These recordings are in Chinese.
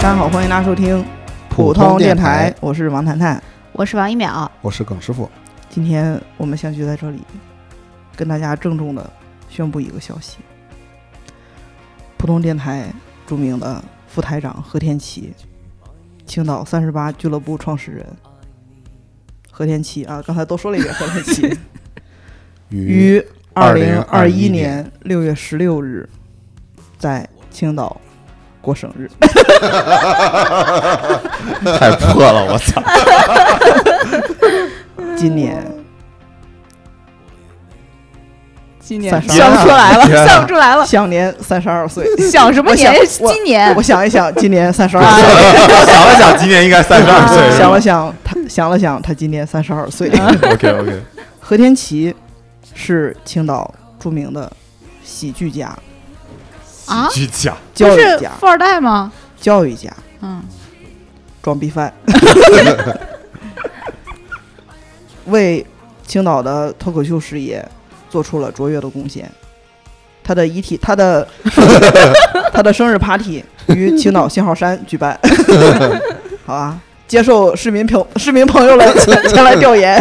大家好，欢迎大家收听普通电台，，我是王谈谈。我是王一淼，我是耿师傅。今天我们相聚在这里，跟大家郑重的宣布一个消息：普通电台著名的副台长何天琪，青岛三十八俱乐部创始人何天琪啊，刚才都说了一遍何天 琪，与于二零二一2021年六月十六日在青岛过生日。太破了，我操！今 年今三十二想不出来了，天啊想不出来 了，享年三十二 岁。想什么年我？想我今年 我想一想，今年三十二岁。我 想了想，今年应该三十二岁是吧。想了想，他想了想，他今年三十二岁。嗯 OK OK，何天琪是青岛著名的喜剧家、啊，巨假，教不育是家、富二代吗？教育家、嗯，装逼犯，为青岛的脱口秀事业做出了卓越的贡献。他的遗体，他的他的生日 party 于青岛信号山举办，好啊，接受市民朋市民朋友来前前来调研。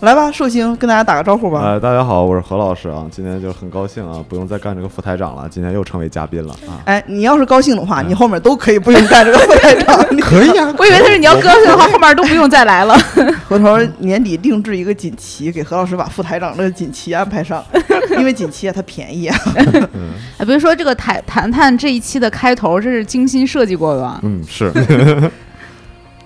来吧，寿星跟大家打个招呼吧。呃，大家好，我是何老师啊，今天就很高兴啊，不用再干这个副台长了，今天又成为嘉宾了啊。哎，你要是高兴的话，你后面都可以不用干这个副台长。你可以啊，我以为他是你要歌手的话，后面都不用再来了。回头年底定制一个锦旗，给何老师把副台长这个锦旗安排 上，因为锦旗啊它便宜啊。 哎，比如说这个谈谈谈这一期的开头，这是精心设计过的吧？嗯，是，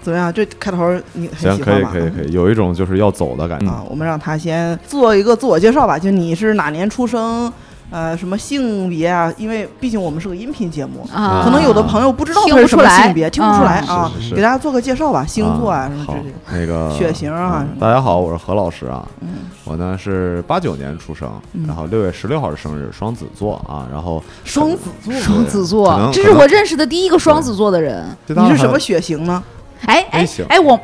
怎么样？这开头你很行，喜可欢以吧？可以嗯可以，有一种就是要走的感啊觉。，我们让他先做一个自我介绍吧，就你是哪年出生，呃，什么性别啊？因为毕竟我们是个音频节目，啊，可能有的朋友不知道听他是不出什么来性别，听不出来嗯啊是是，是给大家做个介绍吧，星座啊啊什么之好类的。那个血型啊嗯什么大家好，我是何老师啊，嗯我呢是八九年出生，然后六月十六号生日，双子座啊，然后双子座，双子可能座，这是我认识的第一个双子座的人。你是什么血型呢哎，A 哎型哎，我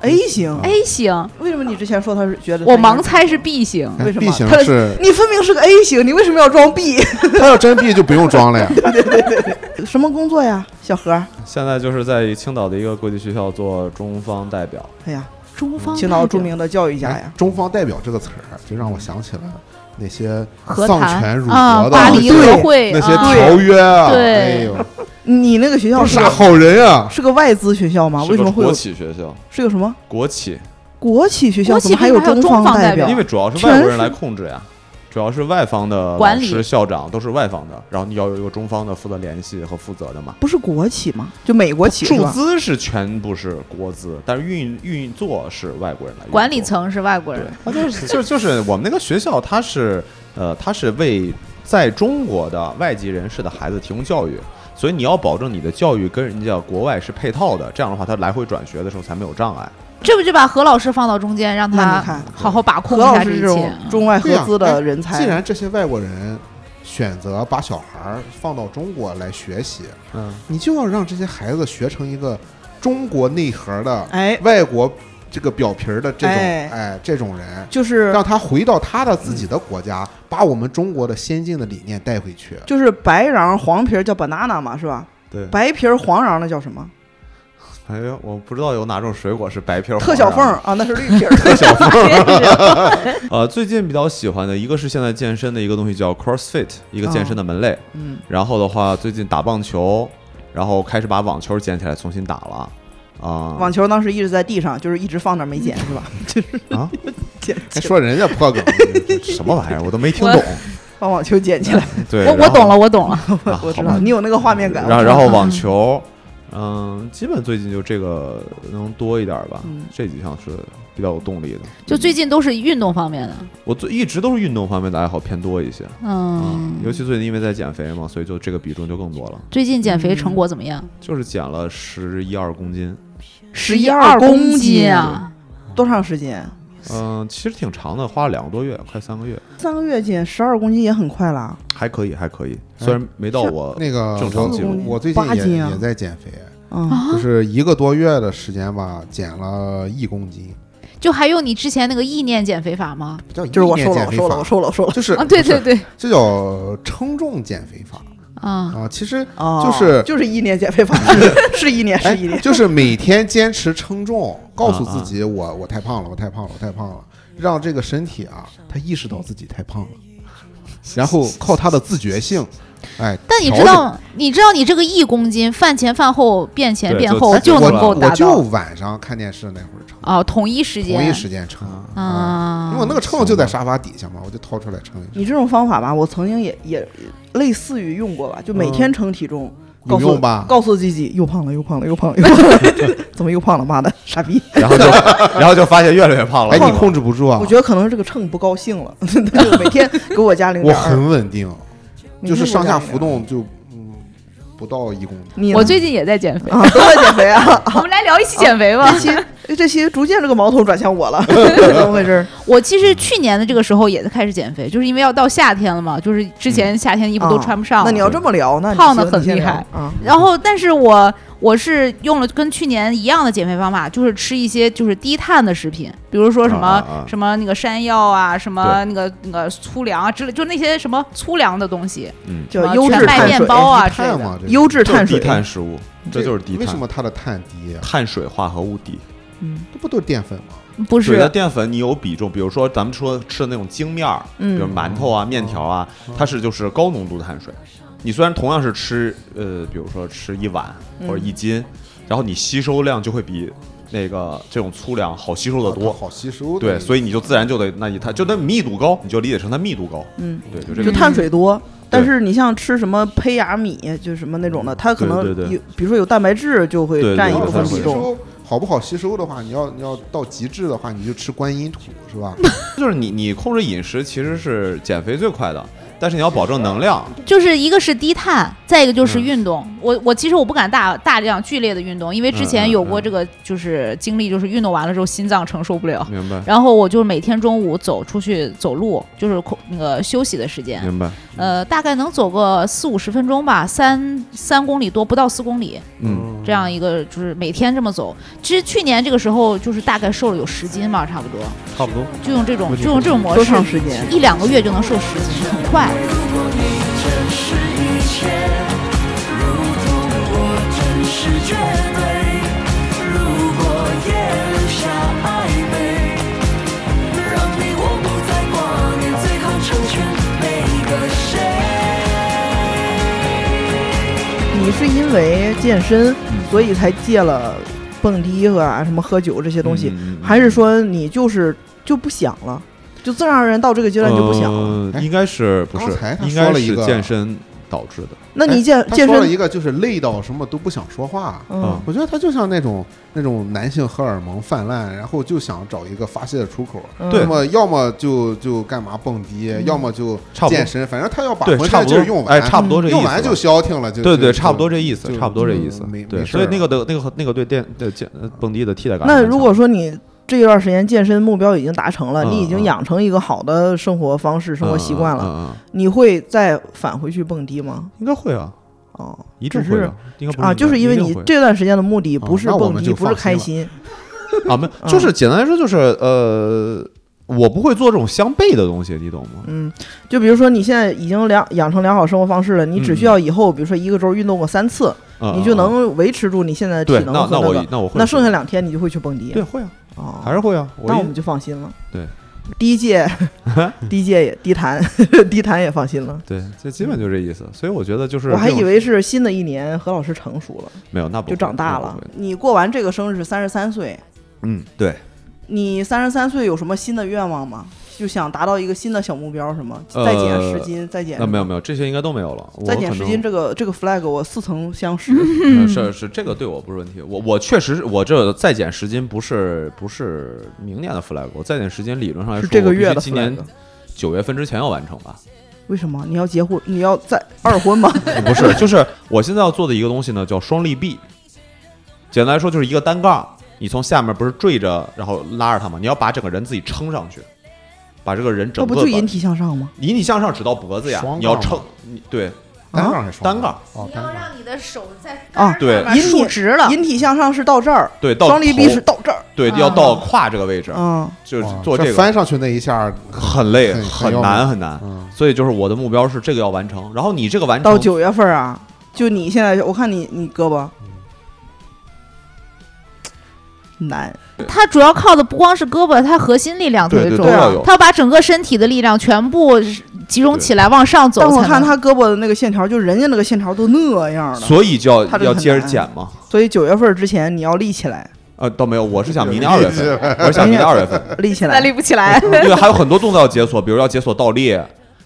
？A 型。 A 型，为什么你之前说他是觉得我他应该盲是猜是 B 型。为什么 B 型他的 是，你分明是个 A 型，你为什么要装 B？他要真 B 就不用装了呀。 什么工作呀，小何？现在就是在青岛的一个国际学校做中方代表。哎呀，中方青岛著名的教育家哎呀，中方代表这个词儿，就让我想起了那些和丧谈权辱啊国的巴黎对和会那些啊条约啊，对哎呦，你那个学校都是啥个好人啊！是个外资学校吗？是为什个么会有国企学校？是个什么国企，国企学校？国怎企么还为什么还有中中方方代表表因？为主要是外国人来控制呀，主要是外方的管老理师、校长都是外方的，然后你要有一个中方的负责联系和负责的嘛。不是国企吗？就美国企是注吧？资是全部是国资，但是运运作是外国人来运作管理。层是外国对人，，他就是就就是我们那个学校，它是呃，它是为在中国的外籍人士的孩子提供教育，所以你要保证你的教育跟人家国外是配套的，这样的话，他来回转学的时候才没有障碍。这不就把何老师放到中间，让那你他看好好把何控一老下师一这切种。中外合资对呀的哎人才，既然这些外国人选择把小孩儿放到中国来学习，嗯，你就要让这些孩子学成一个中国内核的哎，外国这个表皮儿的这种哎哎这种人，就是让他回到他的自己的国家，把我们中国的先进的理念带回去。就是白瓤黄皮儿叫 banana 嘛，是吧？对。白皮儿黄瓤的叫什么？哎呦，我不知道有哪种水果是白皮儿。特小凤儿。啊，那是绿皮儿。 特小凤是 呃，最近比较喜欢的一个是现在健身的一个东西叫 CrossFit，一个健身的门类。嗯，然后的话，最近打棒球，然后开始把网球捡起来重新打了。啊、网球当时一直在地上，就是一直放那儿没捡，是吧？啊，捡还说人家破梗，什么玩意儿，我都没听懂。把网球捡起来， 对，我我然后懂了，，我懂了。啊我知好道吧你有那个画面感。然后然后后网球，嗯，基本最近就这个能多一点吧。嗯这几项是比较有动力的。就最近都是运动方面的，我最一直都是运动方面的爱好偏多一些。嗯，尤其最近因为在减肥嘛，所以就这个比重就更多了，最近减肥成果怎么样？就是减了十一二公斤。十一一二公斤啊！多长时间？嗯，其实挺长的，花了两个多月，快三个月，三个月减十二公斤也很快啊啦。还可以，还可以。哎虽然没到我，那个正常记我录我最八近也、斤啊也在减肥，嗯，啊就是一个多月的时间吧，减了一公斤，就还用你之前那个意念减肥法吗？不叫就是意我念瘦了，减我肥瘦了，我啊法，瘦了，我瘦了。就是啊，对对，对，不是这叫称重减肥法。啊啊，啊，其实哦，就是就是一年减肥 法，是一年，哎是一年，，就是每天坚持称重，告诉啊自己我我太胖了，我太胖了，我太胖了，让这个身体啊，他意识到自己太胖了，然后靠他的自觉性，哎，但你调知整道，你知道你这个一公斤饭前饭后变前对变就后哎就我能够我达就到晚上看电视那会儿称，哦啊，同一时间同一时间称啊，因啊为我那个秤就在沙发底下嘛，我就掏出来称一你称，这种方法吧，我曾经也也类似于用过吧，就每天称体重，告有诉用吧？告诉自己又胖了，又胖了，又 胖了，又胖了，怎么又胖了？妈的，傻逼！ 然后就然后就发现越来越胖了。哎，你控制不住啊我！觉得可能是这个秤不高兴了， 他就每天给我加零我点二，很稳定，每天就是给我上加下0.2浮。动就嗯不到一公斤。你呢我最近也在减 肥，啊都在减肥啊，我们来聊一起减 肥吧。这期这期逐渐这个矛头转向我 了，怎么回 事？我其实去年的这个时候也在开始减肥，就是因为要到夏天了嘛，就是之前夏天衣服都啊穿不上。那你要这么聊，那你胖得行你很先厉聊害啊！然后，但是我我是用了跟去年一样的减肥方法，就是吃一些就是低碳的食品，比如说什么啊啊啊什么那个山药啊，什么那个那个粗粮啊之类，就那些什么粗粮的东西，叫什么优全质麦碳面水，包啊之类碳的。嘛，这优质嗯这就是碳水低，碳食物，这就是低为什碳。么它的碳低呀、碳水化合物低，嗯这不都是淀粉吗？不水的是，淀粉你有比重，比如说咱们说吃的那种精面儿，比如嗯，馒头哦啊、面条啊，它是就是高浓度碳水。你虽然同样是吃，呃，比如说吃一碗嗯或者一斤，然后你吸收量就会比那个这种粗粮好吸收的啊多它，好吸收的。对，所以你就自然就得那一它就那密度高，你就理解成它密度高，嗯，对，就这就个。碳水多。但是你像吃什么胚芽米，就是什么那种的，它可能有，对对对比如说有蛋白质就会对占你一要部说分对吸比重。收好不好吸收的话，你要你要到极致的话，你就吃观音土是吧？就是你你控制饮食其实是减肥最快的，但是你要保证能量，就是一个是低碳，再一个就是运动。我我其实我不敢大大量剧烈的运动，因为之前有过这个就是经历，就是运动完了之后心脏承受不了。明白然后我就是每天中午走出去走路，就是空那个休息的时间，明白，呃，大概能走个四五十分钟吧，三三公里多，不到四公里，嗯，这样一个就是每天这么走。其实去年这个时候就是大概瘦了有十斤吧，差不多，差不多。就用这种就用这种模多式，长时间？一两个月就能瘦十斤，很快。是绝对。如果也留下暧昧，让你我不再挂念，最好成全每个谁。你是因为健身，嗯所以才戒了蹦迪和啊什么喝酒这些东西，嗯还是说你就是就不想了，就自然而然到这个阶段就不想了？呃、应该是不是刚才？他应该说了一是个健身导致的。那你健、哎哎他健说了身一，个就是累到什么都不想说话。啊嗯，我觉得他就像那种那种男性荷尔蒙泛滥，然后就想找一个发泄的出口。嗯对那么要么就就干嘛蹦迪，要么就差不多健身，反正他要把对浑身差的不劲儿多用完，哎，差不多这意思吧。用完就消停了，就对对，就差不多就这意思，就差不多这意思就没。对，没事所以那儿个的那个和那个对电对健呃蹦迪的替代感那很强。如果说你这段时间健身目标已经达成了，嗯你已经养成一个好的生活方式、生活习惯了，嗯嗯嗯嗯你会再返回去蹦迪吗？应该会啊，哦，一定只会是啊，应该不啊，应就该是因为一定你会哦这段时间的目的不是啊那我蹦们迪，就不是放心开了心， 啊，没有，嗯就是简单来说就是呃，我不会做这种相悖的东西，你懂吗？嗯，就比如说你现在已经良养成良好生活方式了，你只需要以后，比如说一个周运动个三次，嗯你就嗯嗯能维持住你现在的对，体能那和那个。我那我会那剩下两天你就会去蹦迪对会啊，哦，还是会啊，我那一我们就放心了。对，第一 届，第一届也低谈， 低谈也放心了。对，这基本就这意思。所以我觉得就是我还这种以为是新的一年何老师成熟了，没有，那不就会长大那不了会。你过完这个生日是三十三岁，嗯，对，你三十三岁有什么新的愿望吗？就想达到一个新的小目标什么？再减呃十斤，再减那没有没有，这些应该都没有了。我再减可十能 斤这个这个 flag 我似曾相 识。嗯，是是，这个对我不是问题。我我确实是，我这再减十斤不是不是明年的 flag，我再减十斤理论上来是说，这个我必须月的今年 flag 九月份之前要完成吧？为什么你要结婚？你要再二婚吗？不是，就是我现在要做的一个东西呢，叫双立臂。简单来说，就是一个单杠，你从下面不是坠着，然后拉着它吗？你要把整个人自己撑上去，把这个人这 整不个就把引体向上吗？引体向上，直到脖子呀双，你要杠撑嘛，你对单杠还是单杠？哦，单要杠。让你的手在杆儿哦对上面竖竖直了。啊引体向上是到这儿，对，到双立臂头是到这儿，啊对，要到胯这个位置，嗯，就是哇做这个哦嗯翻上去那一下，很累，很很很要难命很难。嗯，所以就是我的目标是这个要完成，然后你这个完成到九月份儿啊，就你现在，我看你你胳膊嗯难，它主要靠的不光是胳膊，它核心力量特别对对重都对啊要，要有，它要把整个身体的力量全部集中起来往上走才但能。我看他胳膊的那个线条，就人家那个线条都那样了，所以就要他这个要很接着难减嘛。所以九月份儿之前你要立起来，呃，倒没有，我是想明年二月份，我是想明年二月份，立起再来呃立，不起来。因为还有很多动作要解锁，比如要解锁倒立，然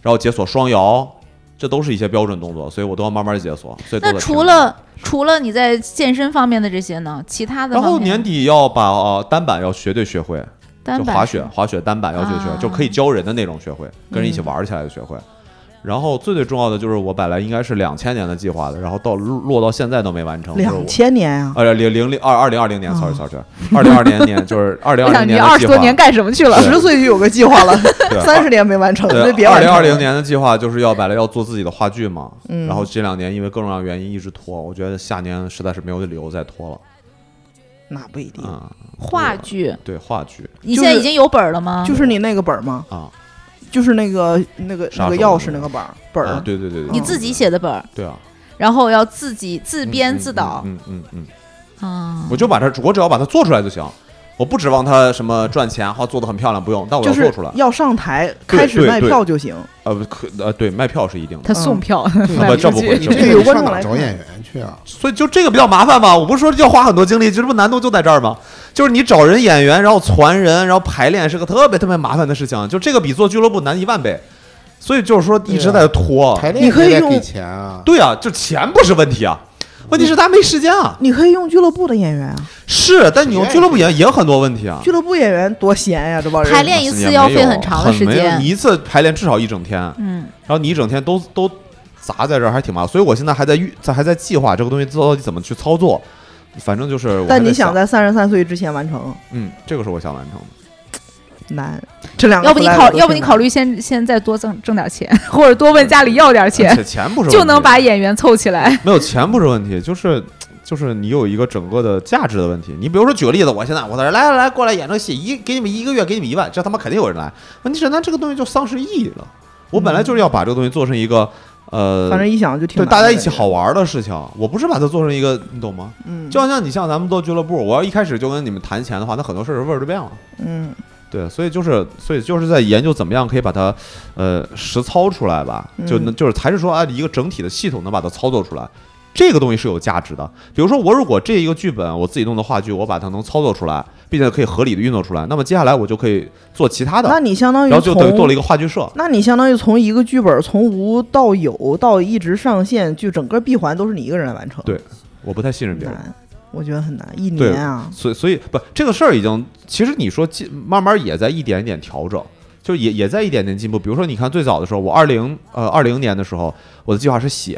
后解锁双摇，这都是一些标准动作，所以我都要慢慢解锁。所以都那在除平了除了你在健身方面的这些呢，其他的然后方面年底要把呃单板要绝对学会，单就板滑雪、滑雪单板要去学，啊嗯就可以教人的那种学会，跟人一起玩起来的学会。然后最最重要的就是我本来应该是两千年的计划的，然后到落落到现在都没完成。就是我两千年啊，呃零零零二二零二零年啊，sorry sorry，二零二零年就是二零我二零想你年二的十计多划。年干什么去了？对十岁就有个计划了，对三十年没完成，所以对，别二完成零了二零，年的计划就是要本来要做自己的话剧嘛，嗯然后这两年因为各种各样的原因一直拖，我觉得下年实在是没有理由再拖了。那不一定，嗯，话剧，对话剧你就现在是已经有本儿了吗？就是你那个本儿吗？啊就是那个那个杀那手个钥匙那个本儿本啊儿，对对对对，你自己写的本儿，对啊，然后要自己自编自导嗯嗯嗯，嗯啊我。就把它，我只要把它做出来就行，我不指望它什么赚钱或做的很漂亮，不用，但我就要是做出来。要上台对开始对卖对票就行。呃，不可呃，对，卖票是一定的，他送票，卖出不这不 会去你这这不会有个观上众哪来找看演员去啊？所以就这个比较麻烦嘛。我不是说要花很多精力，这不难度就在这儿吗？就是你找人演员，然后传人，然后排练，是个特别特别麻烦的事情。就这个比做俱乐部难一万倍，所以就是说一啊直在拖。排练你可以也得用给钱啊，对啊，就钱不是问题啊，问题是他没时间啊。你可以用俱乐部的演员啊，是，但你用俱乐部演也有很多问题啊。俱乐部演员多闲呀，这帮人啊排练一次要费很长的时很没有间你。一次排练至少一整天，嗯， 然后你一整天都都砸在这儿，还挺麻烦。所以我现在还在预，在还在计划这个东西到底怎么去操作。反正就是我还在，但你想在三十三岁之前完成嗯，这个是我想完成的。难，这两个要不你 flag 考，都要不你挺考虑先先再多挣挣点钱，或者多问家里要点而钱，且钱不是问题就能把演员凑 起来。没有钱不是问题，就是就是你有一个整个的价值的问题。你比如说举个例子，我现在我在这儿来来来过来演这个戏，一给你们一个月，给你们一万，这他妈肯定有人来。问题是那这个东西就丧失意义了。我本来就是要把这个东西做成一个呃难，反正一想就挺对难大家的一起好玩的事情，我不是把它做成一个，你懂吗？嗯就好像你像咱们做俱乐部，我要一开始就跟你们谈钱的话，那很多事儿味儿就变了。嗯对，所以就是，所以就是在研究怎么样可以把它，呃，实操出来吧，嗯就能就是还是说啊，一个整体的系统能把它操作出来，这个东西是有价值的。比如说我如果这一个剧本我自己弄的话剧，我把它能操作出来，并且可以合理的运作出来，那么接下来我就可以做其他的，那你相当于然后就等于做了一个。个话剧社。那你相当于从一个剧本从无到有到一直上线，就整个闭环都是你一个人来完成。对我不太信任别人。难，我觉得很难，一对年啊，所以所以不，这个事儿已经，其实你说进，慢慢也在一点一点调整，就也也在一点点进步。比如说，你看最早的时候，我二零呃二零年的时候，我的计划是写，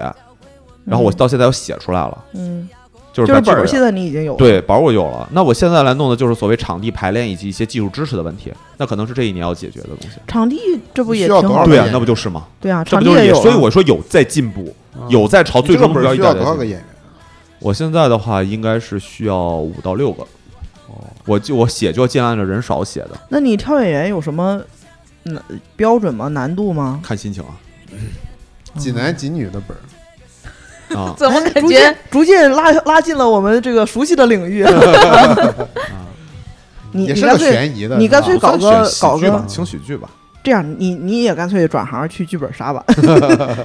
然后我到现在又写出来了，嗯，就是就是把剧本本儿现在你已经有了，对本儿我有了。那我现在来弄的就是所谓场地排练以及一些技术支持的问题，那可能是这一年要解决的东西。场地这不也需要挺多好少的？对啊演，员那不就是吗？对啊，这场不地就是也有也？了，所以我说有在进步，有在朝嗯你最这个终目本标儿一需要点点多少进步个演员？我现在的话应该是需要五到六个。哦我就我写就要尽量按照人少写的，那你挑演员有什么难标准吗？难度吗？看心 情啊几男几女的本儿？啊！怎么感哎逐觉渐逐渐拉拉近了我们这个熟悉的领 域。 啊你也你是干个脆悬疑的，你是吧干脆搞个搞剧吧啊个，轻喜剧吧。这样，你你也干脆转行去剧本杀吧，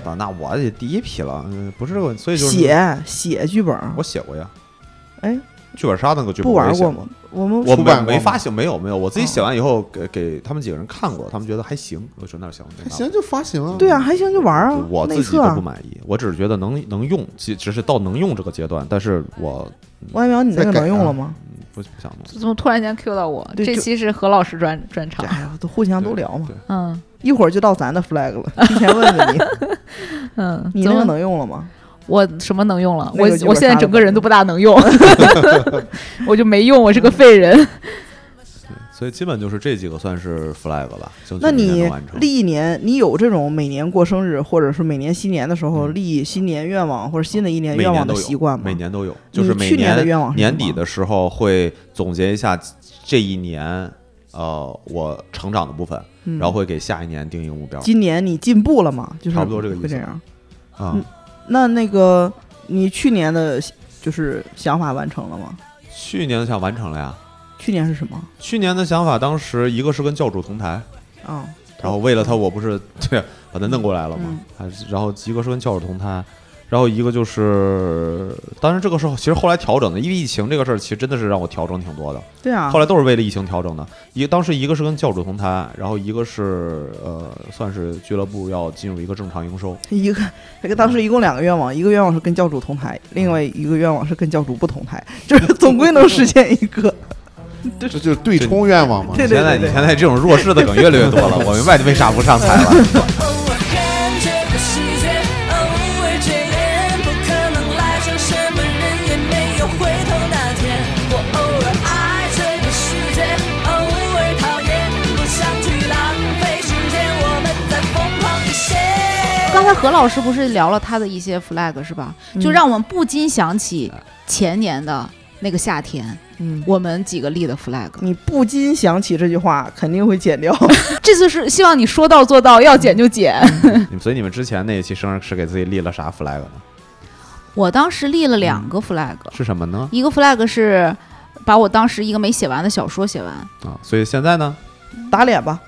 啊，那我也第一批了，嗯不是这个问题，所以就是写写剧本。我写过呀，哎，剧本杀那个剧本不我也玩写过吗？？我们我出版没过没吗发行，没有没有，我自己哦写完以后给给他们几个人看过，他们觉得还行，我说那行，那拿行就发行啊。对啊，，还行就玩啊，我内自己测都啊不。满意，我只是觉得能能用，只只是到能用这个阶段，但是我王一苗，你那个再改能用啊了吗？嗯不不想弄。怎么突然间 Q 到我？对这就期是何老师专专场这，哎呀，都互相都对聊嘛啊对，嗯一会儿就到咱的 flag 了。提前问问你，嗯，你怎那么个能用了吗？我什么能用了？那我个就是我现在 整个人都不大能用，我就没用，我是个废人。所以基本就是这几个算是 flag 吧。争取那明年你能完成历年，你有这种每年过生日，或者是每年新年的时候嗯立新年愿望或者新的一年每愿望年的都习有，惯吗？每年都有，就是你每去年的愿望是年什么底的时候会总结一下这一年，呃，我成长的部分，嗯然后会给下一年定一个目标。今年你进步了吗？就是差不多这个意思会这样。啊、嗯那那个你去年的，就是想法完成了吗？去年的想完成了呀。去年是什么？去年的想法，当时一个是跟教主同台，哦啊、然后为了他，我不是对把他弄过来了嘛嗯，还是然后一个是跟教主同台，然后一个就是，当然这个时候其实后来调整的，因为疫情这个事儿，其实真的是让我调整挺多的。对啊，后来都是为了疫情调整的。一当时一个是跟教主同台，然后一个是呃，算是俱乐部要进入一个正常营收。一个那个当时一共两个愿望，一个愿望是跟教主同台，另外一个愿望是跟教主不同台， 就是总归能实现一个。这就是对冲愿望嘛。对对现在你现在这种弱势的梗越来越多 了，我明白你为啥不上台了。 哦，我看这个世界，哦，而这人不可能赖着，什么人也没有回头那天。我偶尔爱这个世界，偶尔讨厌，不想去浪费时间，我们再疯狂一些。刚才何老师不是聊了他的一些 flag 是吧？就让我们不禁想起前年的那个夏天，嗯，我们几个立的 flag。你不禁想起这句话，肯定会剪 掉。这次是希望你说到做到，要减就减。你们所以你们之前那一期生日是给自己立了啥 flag 呢？ 我当时立了两个 flag，是什么呢？一个 flag 是把我当时一个没写完的小说写完。啊，所以现在呢？打脸吧，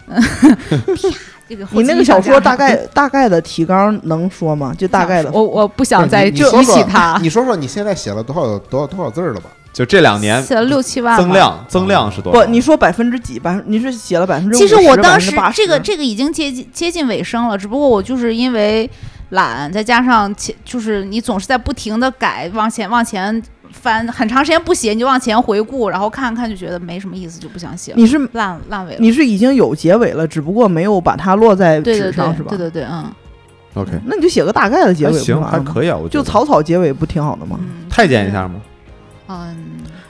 这个你那个小说大概大概的提纲能说吗？就大概的。我我不不想是再你你提说起说它。你说说你现在写了多少多少多少字儿了吧？就这两年写了六七万吧增量增量是多不少？，你说百分之几？百分你是写了百分之其实我当时八这个这个已经接近接近尾声了，只不过我就是因为懒，再加上前就是你总是在不停的改，往前往前翻，很长时间不写，你就往前回顾，然后看看就觉得没什么意思，就不想写了，你是烂烂尾了。你是已经有结尾了，只不过没有把它落在对纸对上，是对吧？对对对，嗯 OK，那你就写个大概的结还尾不就行，完还了吗？可以啊，我觉就得草草结尾不挺好的吗？嗯太监一下吗？嗯，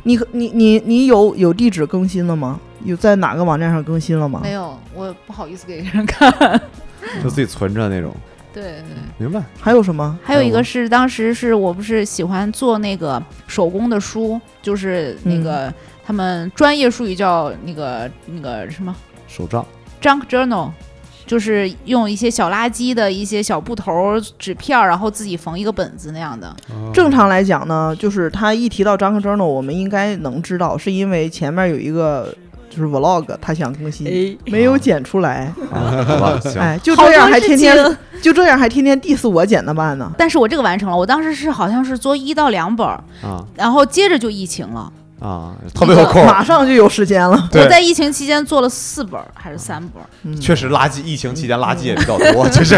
你可你你你有有地址更新了吗？有在哪个网站上更新了吗？没有，我不好意思给人看。 就自己存着那种，对对。明白？还有什么？还有一个是当时是我不是喜欢做那个手工的书，就是那个、嗯他们专业术语叫那个那个什么 手账 junk journal，就是用一些小垃圾的一些小布头儿纸片儿，然后自己缝一个本子那样的。正常来讲呢，就是他一提到 Junk Journal，我们应该能知道，是因为前面有一个就是 Vlog，他想更新，哎没有剪出来。啊，好吧，行。哎，就好这样多还事天天情就这样还天天 diss 我剪的办呢。但是我这个完成了，我当时是好像是做一到两本儿，啊然后接着就疫情了。啊，特别有空儿，马上就有时间 了，对我在疫情期间做了四本儿还是三本儿？嗯、确实垃圾，疫情期间垃圾也比较多，就是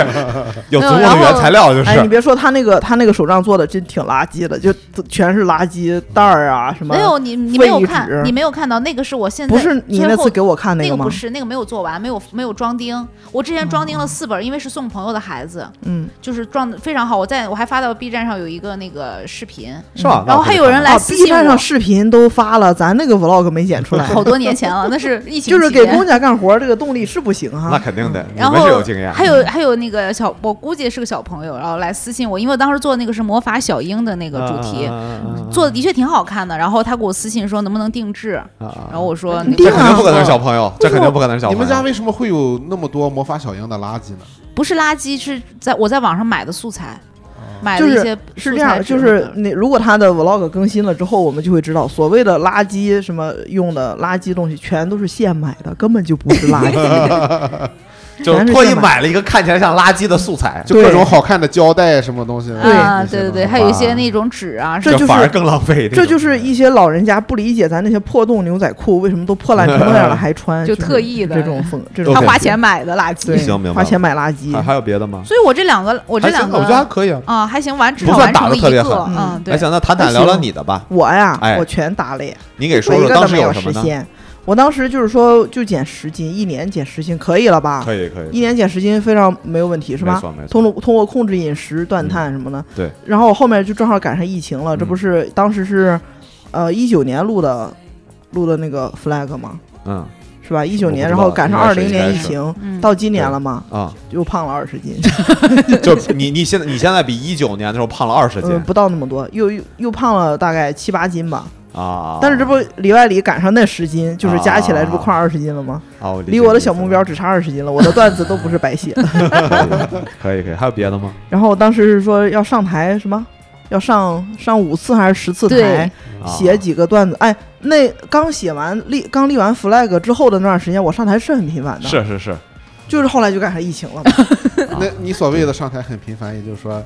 有足够嗯没有的然后原材料，就是哎，你别说他那个他那个手账做的真挺垃圾的，就全是垃圾袋儿啊什么。没，有你，你没有废看纸，啊你没有看到那个是我现在不是你最那后次给我看那个吗？不是，那个没有做完，没有没有装订。我之前装订了四本，因为是送朋友的孩子，嗯，就是装的非常好。我在我还发到 B 站上有一个那个视频，是吧？然后还有人来啊私哦，B 信站上我，视频都发了，咱那个 vlog 没剪出来，好多年前了，那是疫情就是期给间公家干活这个动力是不行哈、那肯定的，你嗯然们后是有经验，嗯还有还有那个小，我估计是个小朋友，然后来私信我，因为我当时做的那个是魔法小樱的那个主嗯题，嗯 做的的确挺好看的。然后他给我私信说能不能定制，然然后我说那嗯定啊这个肯定不可能是小朋友，这肯定不可能是小你朋友。们家为什么会有那么多魔法小樱的垃圾呢？不是垃圾，是在我在网上买的素材，买哦就了一是些是素这样材的，就纸是你如果他的 vlog 更新了之后，我们就会知道，所谓的垃圾什么用的垃圾东西，全都是现买的，根本就不是垃 圾。就是特意买了一个看起来像垃圾的素材，就各种好看的胶带什么东西的。对啊，那些对对东对，西还有一些那种纸啊，这什么就是反而更浪费。这就是一些老人家不理解咱那些破洞牛仔裤为什么都破烂成那样了还穿，就是特意的这种风，这种他对花钱买的垃对圾。行明白了花钱买垃圾还。还有别的吗？所以我这两个，我这还行两个我觉得还可以啊。啊还行，完至不少算完打成得了一特别个，狠嗯，还对，行，那谈谈聊聊你的吧，我呀哎，我全打脸，你给说我一说个都当时没有什实么呢？现。我当时就是说，就减十斤，一年减十斤可以了吧？可以可啊一以，年减十斤非常没有问题，是吧没？错没通错。过通过控制饮食、断碳什么的。对。然后后面就正好赶上疫情了，这不嗯是当时是，呃，一九年录的，录的那个 flag 嘛。嗯，是吧？一九我不年，知然后道赶上应该二是零应年该疫是情，嗯到今年了嘛，啊，又胖了二十斤，就你你现在你现在比一九年的时候胖了二十斤嗯，不到那么多，又又又胖了大概七八斤吧。嗯啊，但是这不里外里赶上那十斤，就是加起来这不快二十斤了吗？啊，我理解离我的小目标只差二十斤了，我的段子都不是白写的。 可以可以，还有别的吗？然后我当时是说要上台什么，要上上五次还是十次台对，啊写几个段子。哎，那刚写完立刚立完 flag 之后的那段时间，我上台是很频繁的，是是是，就是后来就赶上疫情了嘛。啊那你所谓的上台很频繁，也就是说，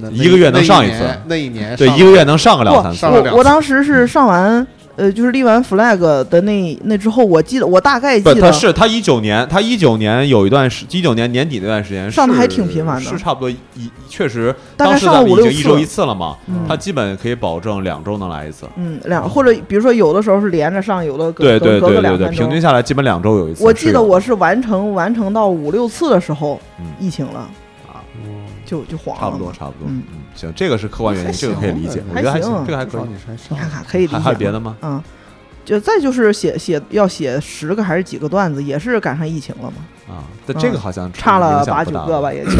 那一个月能上一次那一年对，一个月能上个两三次上了两我次我当时是上完呃，就是立完 flag 的那那之后，我记得我大概记不，他得是他一九年，他一九年有一段时，一九年年底那段时间上得是还挺频繁的是差不多一确实，大概当时上了咱们五已六经一周次一次了嘛，嗯他基本可以保证两周能来一次。嗯两或者比如说有的时候是连着上，有的隔对对隔隔对个对两对，三周平。均下来基本两周有一次。我记是得有我是完成完成到五六次的时候嗯，疫情了啊，就就黄了嘛，差不多差不多，嗯嗯，行，这个是客观原因，还这个可以理解行，我觉得还哎嗯还行，行这个还还可以。你还你上看看可以理解。还还有别的吗？嗯，就再就是写写要写十个还是几个段子，也是赶上疫情了嘛，啊，但这个好像嗯差嗯影了响八不九大个吧，，也 就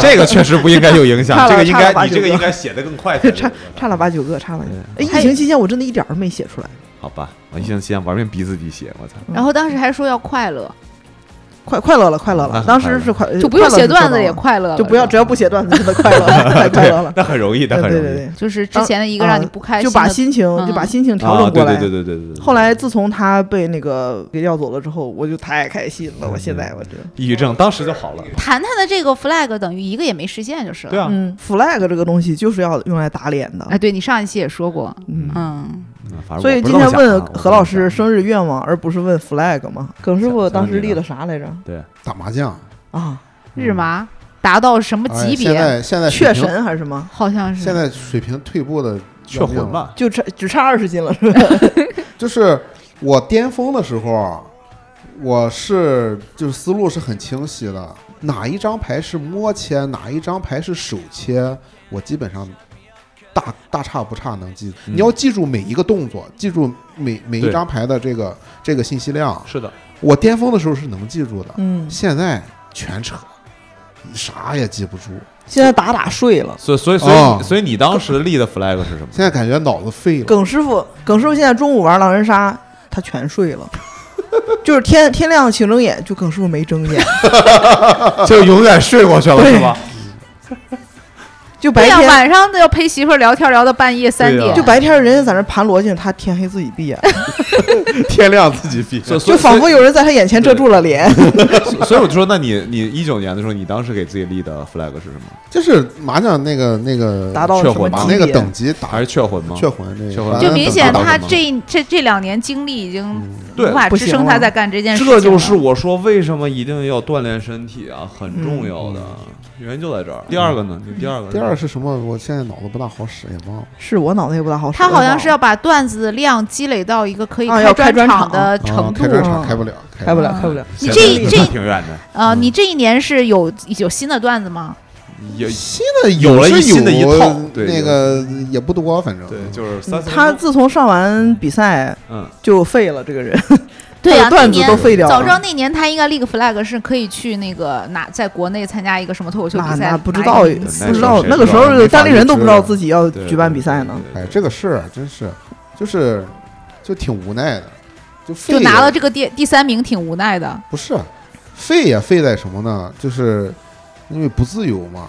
这个确实不应该有影响，差了这个应差了该八你九这个个应该写的更快才对，差差了八九个，差了八九个。哎对疫情期间我真的一点儿都没写出来，好吧，我一星期玩命逼自己写，我操，然后当时还说要快乐，快快乐了，快乐那了，很当快乐时是快就不用呃快乐写是段知道子也了快乐了，就不要只要不写段子就能快乐， 太快乐了。那很容易，那对很对容易对就是之前的一个让你不开对，嗯心就的，把心情就把嗯心情调啊，整对过对来对。对对对对。后来自从他被那个给要走了之后，我就太开心了。我现在我这抑郁症当时就好了，谈谈的这个 flag 等于一个也没实现就是了。对啊，嗯，flag 这个东西就是要用来打脸的哎，。对你上一期也说过，嗯，嗯，嗯反正所我以不是今这天么想啊问我不是何老这么师想生日愿望，而不是问 flag 嘛？耿师傅当时立的啥来着？打麻将，啊，日麻达到什么级哎现别？在现在水雀平，神还是什么？好像现是在水平退步 的雀魂，吧，就差只差二十斤了，是哎吧？就是我巅峰的时候啊，我是就是思路是很清晰的，哪一张牌是摸切，哪一张牌是手切，我基本上大大差不差能记。嗯你要记住每一个动作，记住每每一对张牌的这个这个信息量。是的，我巅峰的时候是能记住的，嗯，现在全扯，啥也记不住。现在打打睡了。所以所以所哦以所以你当时立的 flag 是什么？现在感觉脑子废了。耿师傅，耿师傅现在中午玩狼人杀，他全睡了， 就是天天亮请睁眼，就耿师傅没睁眼，就永远睡过去了对是吧？就白对呀，天晚上都要陪媳妇儿聊天聊到半夜三对呀点，就白天人家在那盘逻辑，他天黑自己闭眼，天亮自己闭所以所就以仿佛有人在他眼前遮住了脸。所以我就说，那你你一九年的时候，你当时给自己立的 flag 是什么？就是麻将那个那个达到什雀魂么把吧级那别？个等级打还是雀魂吗？雀魂这个，啊雀魂反就正明等级显打他到嗯什么这这这两年经历已经对无法不支行撑他了在干这件事情了。这就是我说为什么一定要锻炼身体啊，很重要的嗯原因就在这儿。第二个呢？你第二个呢，第二是什么？我现在脑子不大好使，也忘 了。是我脑子也不大好使。他好像是要把段子的量积累到一个可以啊要开专专场场的啊程度开。专场啊开不了，开不了，啊开不了。你现这在这挺远的，嗯呃，你这一年是有有新的段子吗？有嗯新的有了一是有新的一套对那个也不多，反正对，就是嗯三四分他钟自从上完比赛嗯就废了，这个 人，对他的啊，那段子年都废掉了。早知道那年他应该立个 flag，是可以去那个哪，在国内参加一个什么脱口秀比那赛，那不知拿一道，个名次不知道谁那个知时道候没法单立人预都知不知道自己要对举办比赛呢。对哎对，这个事儿真是，就是就挺无奈的，就废就拿也了这个第第三名，挺无奈的。不是废也废在什么呢？就是因为不自由嘛。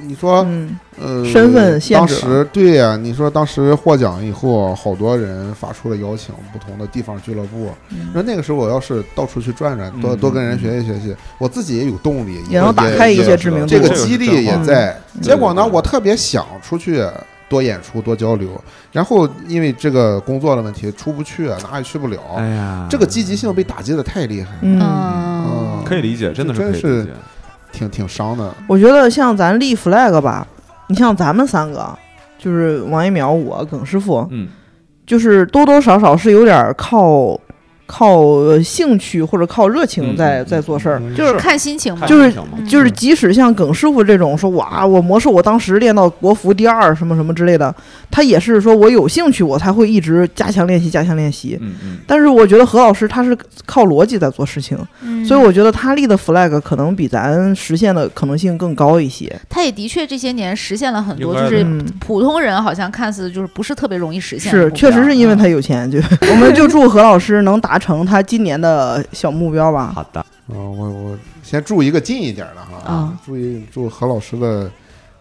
你你说，嗯，呃，身份限当制啊时对呀、你说当时获奖以后，好多人发出了邀请，不同的地方俱乐部。嗯那、那个时候我要是到处去转转，多、嗯多跟人学习学习，我自己也有动力，也能打开一些知名这度个这个是激励真也好在。嗯结果呢，对对对我特别想出去多演出、多交流，然后因为这个工作的问题出不去，啊哪也去不了，哎呀，这个积极性被打击的太厉害，嗯，嗯，嗯，可以理解，真的是真可以理是解。挺挺伤的。我觉得像咱立 flag 吧，你像咱们三个，就是王一淼、我、耿师傅，嗯，就是多多少少是有点靠靠呃兴趣或者靠热嗯情在、在做事儿。就是看心情嘛。就是看一下嘛就是，即使像耿师傅这种说哇，我魔兽我当时练到国服第二什么什么之类的，他也是说我有兴趣，我才会一直加强练习，加强练习。嗯嗯，但是我觉得何老师他是靠逻辑在做事情，嗯所以我觉得他立的 flag 可能比咱实现的可能性更高一些。他也的确这些年实现了很多，应该就的是嗯，普通人好像看似就是不是特别容易实现的目是，标。确实是因为嗯他有钱，就我们就祝何老师能达成他今年的小目标吧。好的，啊、我我先祝一个近一点的哈，啊祝一祝何老师的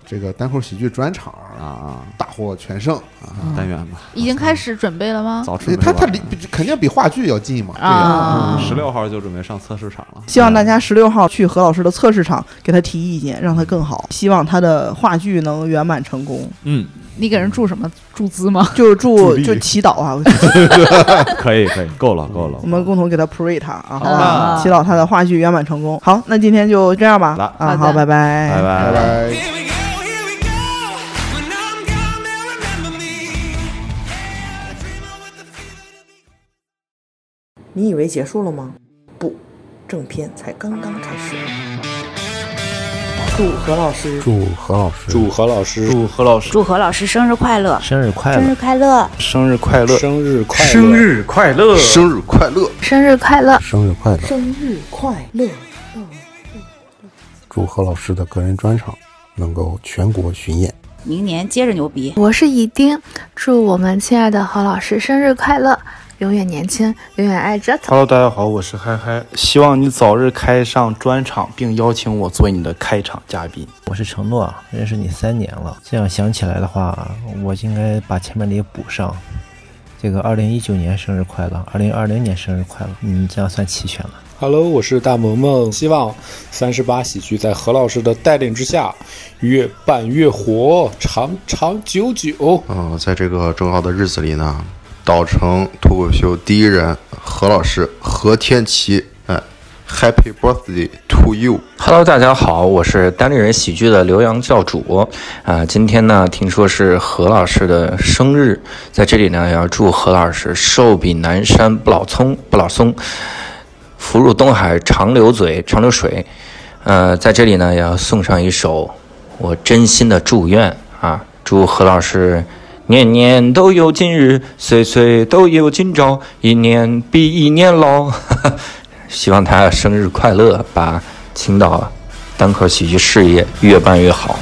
这个单口喜剧专场啊啊，大获全胜嗯啊！但愿吧，嗯已经开始准备了吗？早准备他他吧离肯定比话剧要近嘛，对啊嗯十六号就准备上测试场了，希望大家十六号去何老师的测试场给他提意见，让他更好。希望他的话剧能圆满成功，嗯，你给人注什么注 资吗？就助祝力就祈祷 啊，可以可以，够了够了，我们共同给他 pray 他啊，好的吧？祈祷他的话剧圆满成功。好，那今天就这样吧好的，啊，好好，的拜拜，拜拜拜拜。 Here we go, here we go. When I'm gone, they'll remember me. Yeah, a dreamer with the feeling of the. 你以为结束了吗？不，正片才刚刚开始。祝何老师祝何老师，祝何老师，祝何老师， 祝何老师生日快乐！生日快生乐日，快乐！生日快乐，生日快乐，日快呃乐，生日快乐！生日快乐！生日快乐！生日快乐！祝何老师的个人专场能够全国巡演。明年接着牛逼！我是乙丁，祝我们亲爱的何老师生日快乐，永远年轻，永远爱折腾。 Hello，大家好，我是嗨嗨，希望你早日开上专场，并邀请我做你的开场嘉宾。我是承诺，认识你三年了，这样想起来的话，我应该把前面的也补上。这个二零一九年生日快乐，二零二零年生日快乐，嗯，这样算齐全了。 Hello，我是大萌萌，希望三十八喜剧在何老师的带领之下，越办越火，长长久久。嗯、在这个重要的日子里呢，岛城脱口秀第一人何老师何天琪，哎，Happy birthday to you！ Hello，大家好，我是单立人喜剧的刘洋教主。啊、今天呢，听说是何老师的生日，在这里呢，也要祝何老师寿比南山不老葱不老松，福如东海长流嘴长流水。呃，在这里呢，也要送上一首我真心的祝愿啊，祝何老师年年都有今日，岁岁都有今朝，一年比一年老。 希望他生日快乐，把青岛单口喜剧事业越办越好。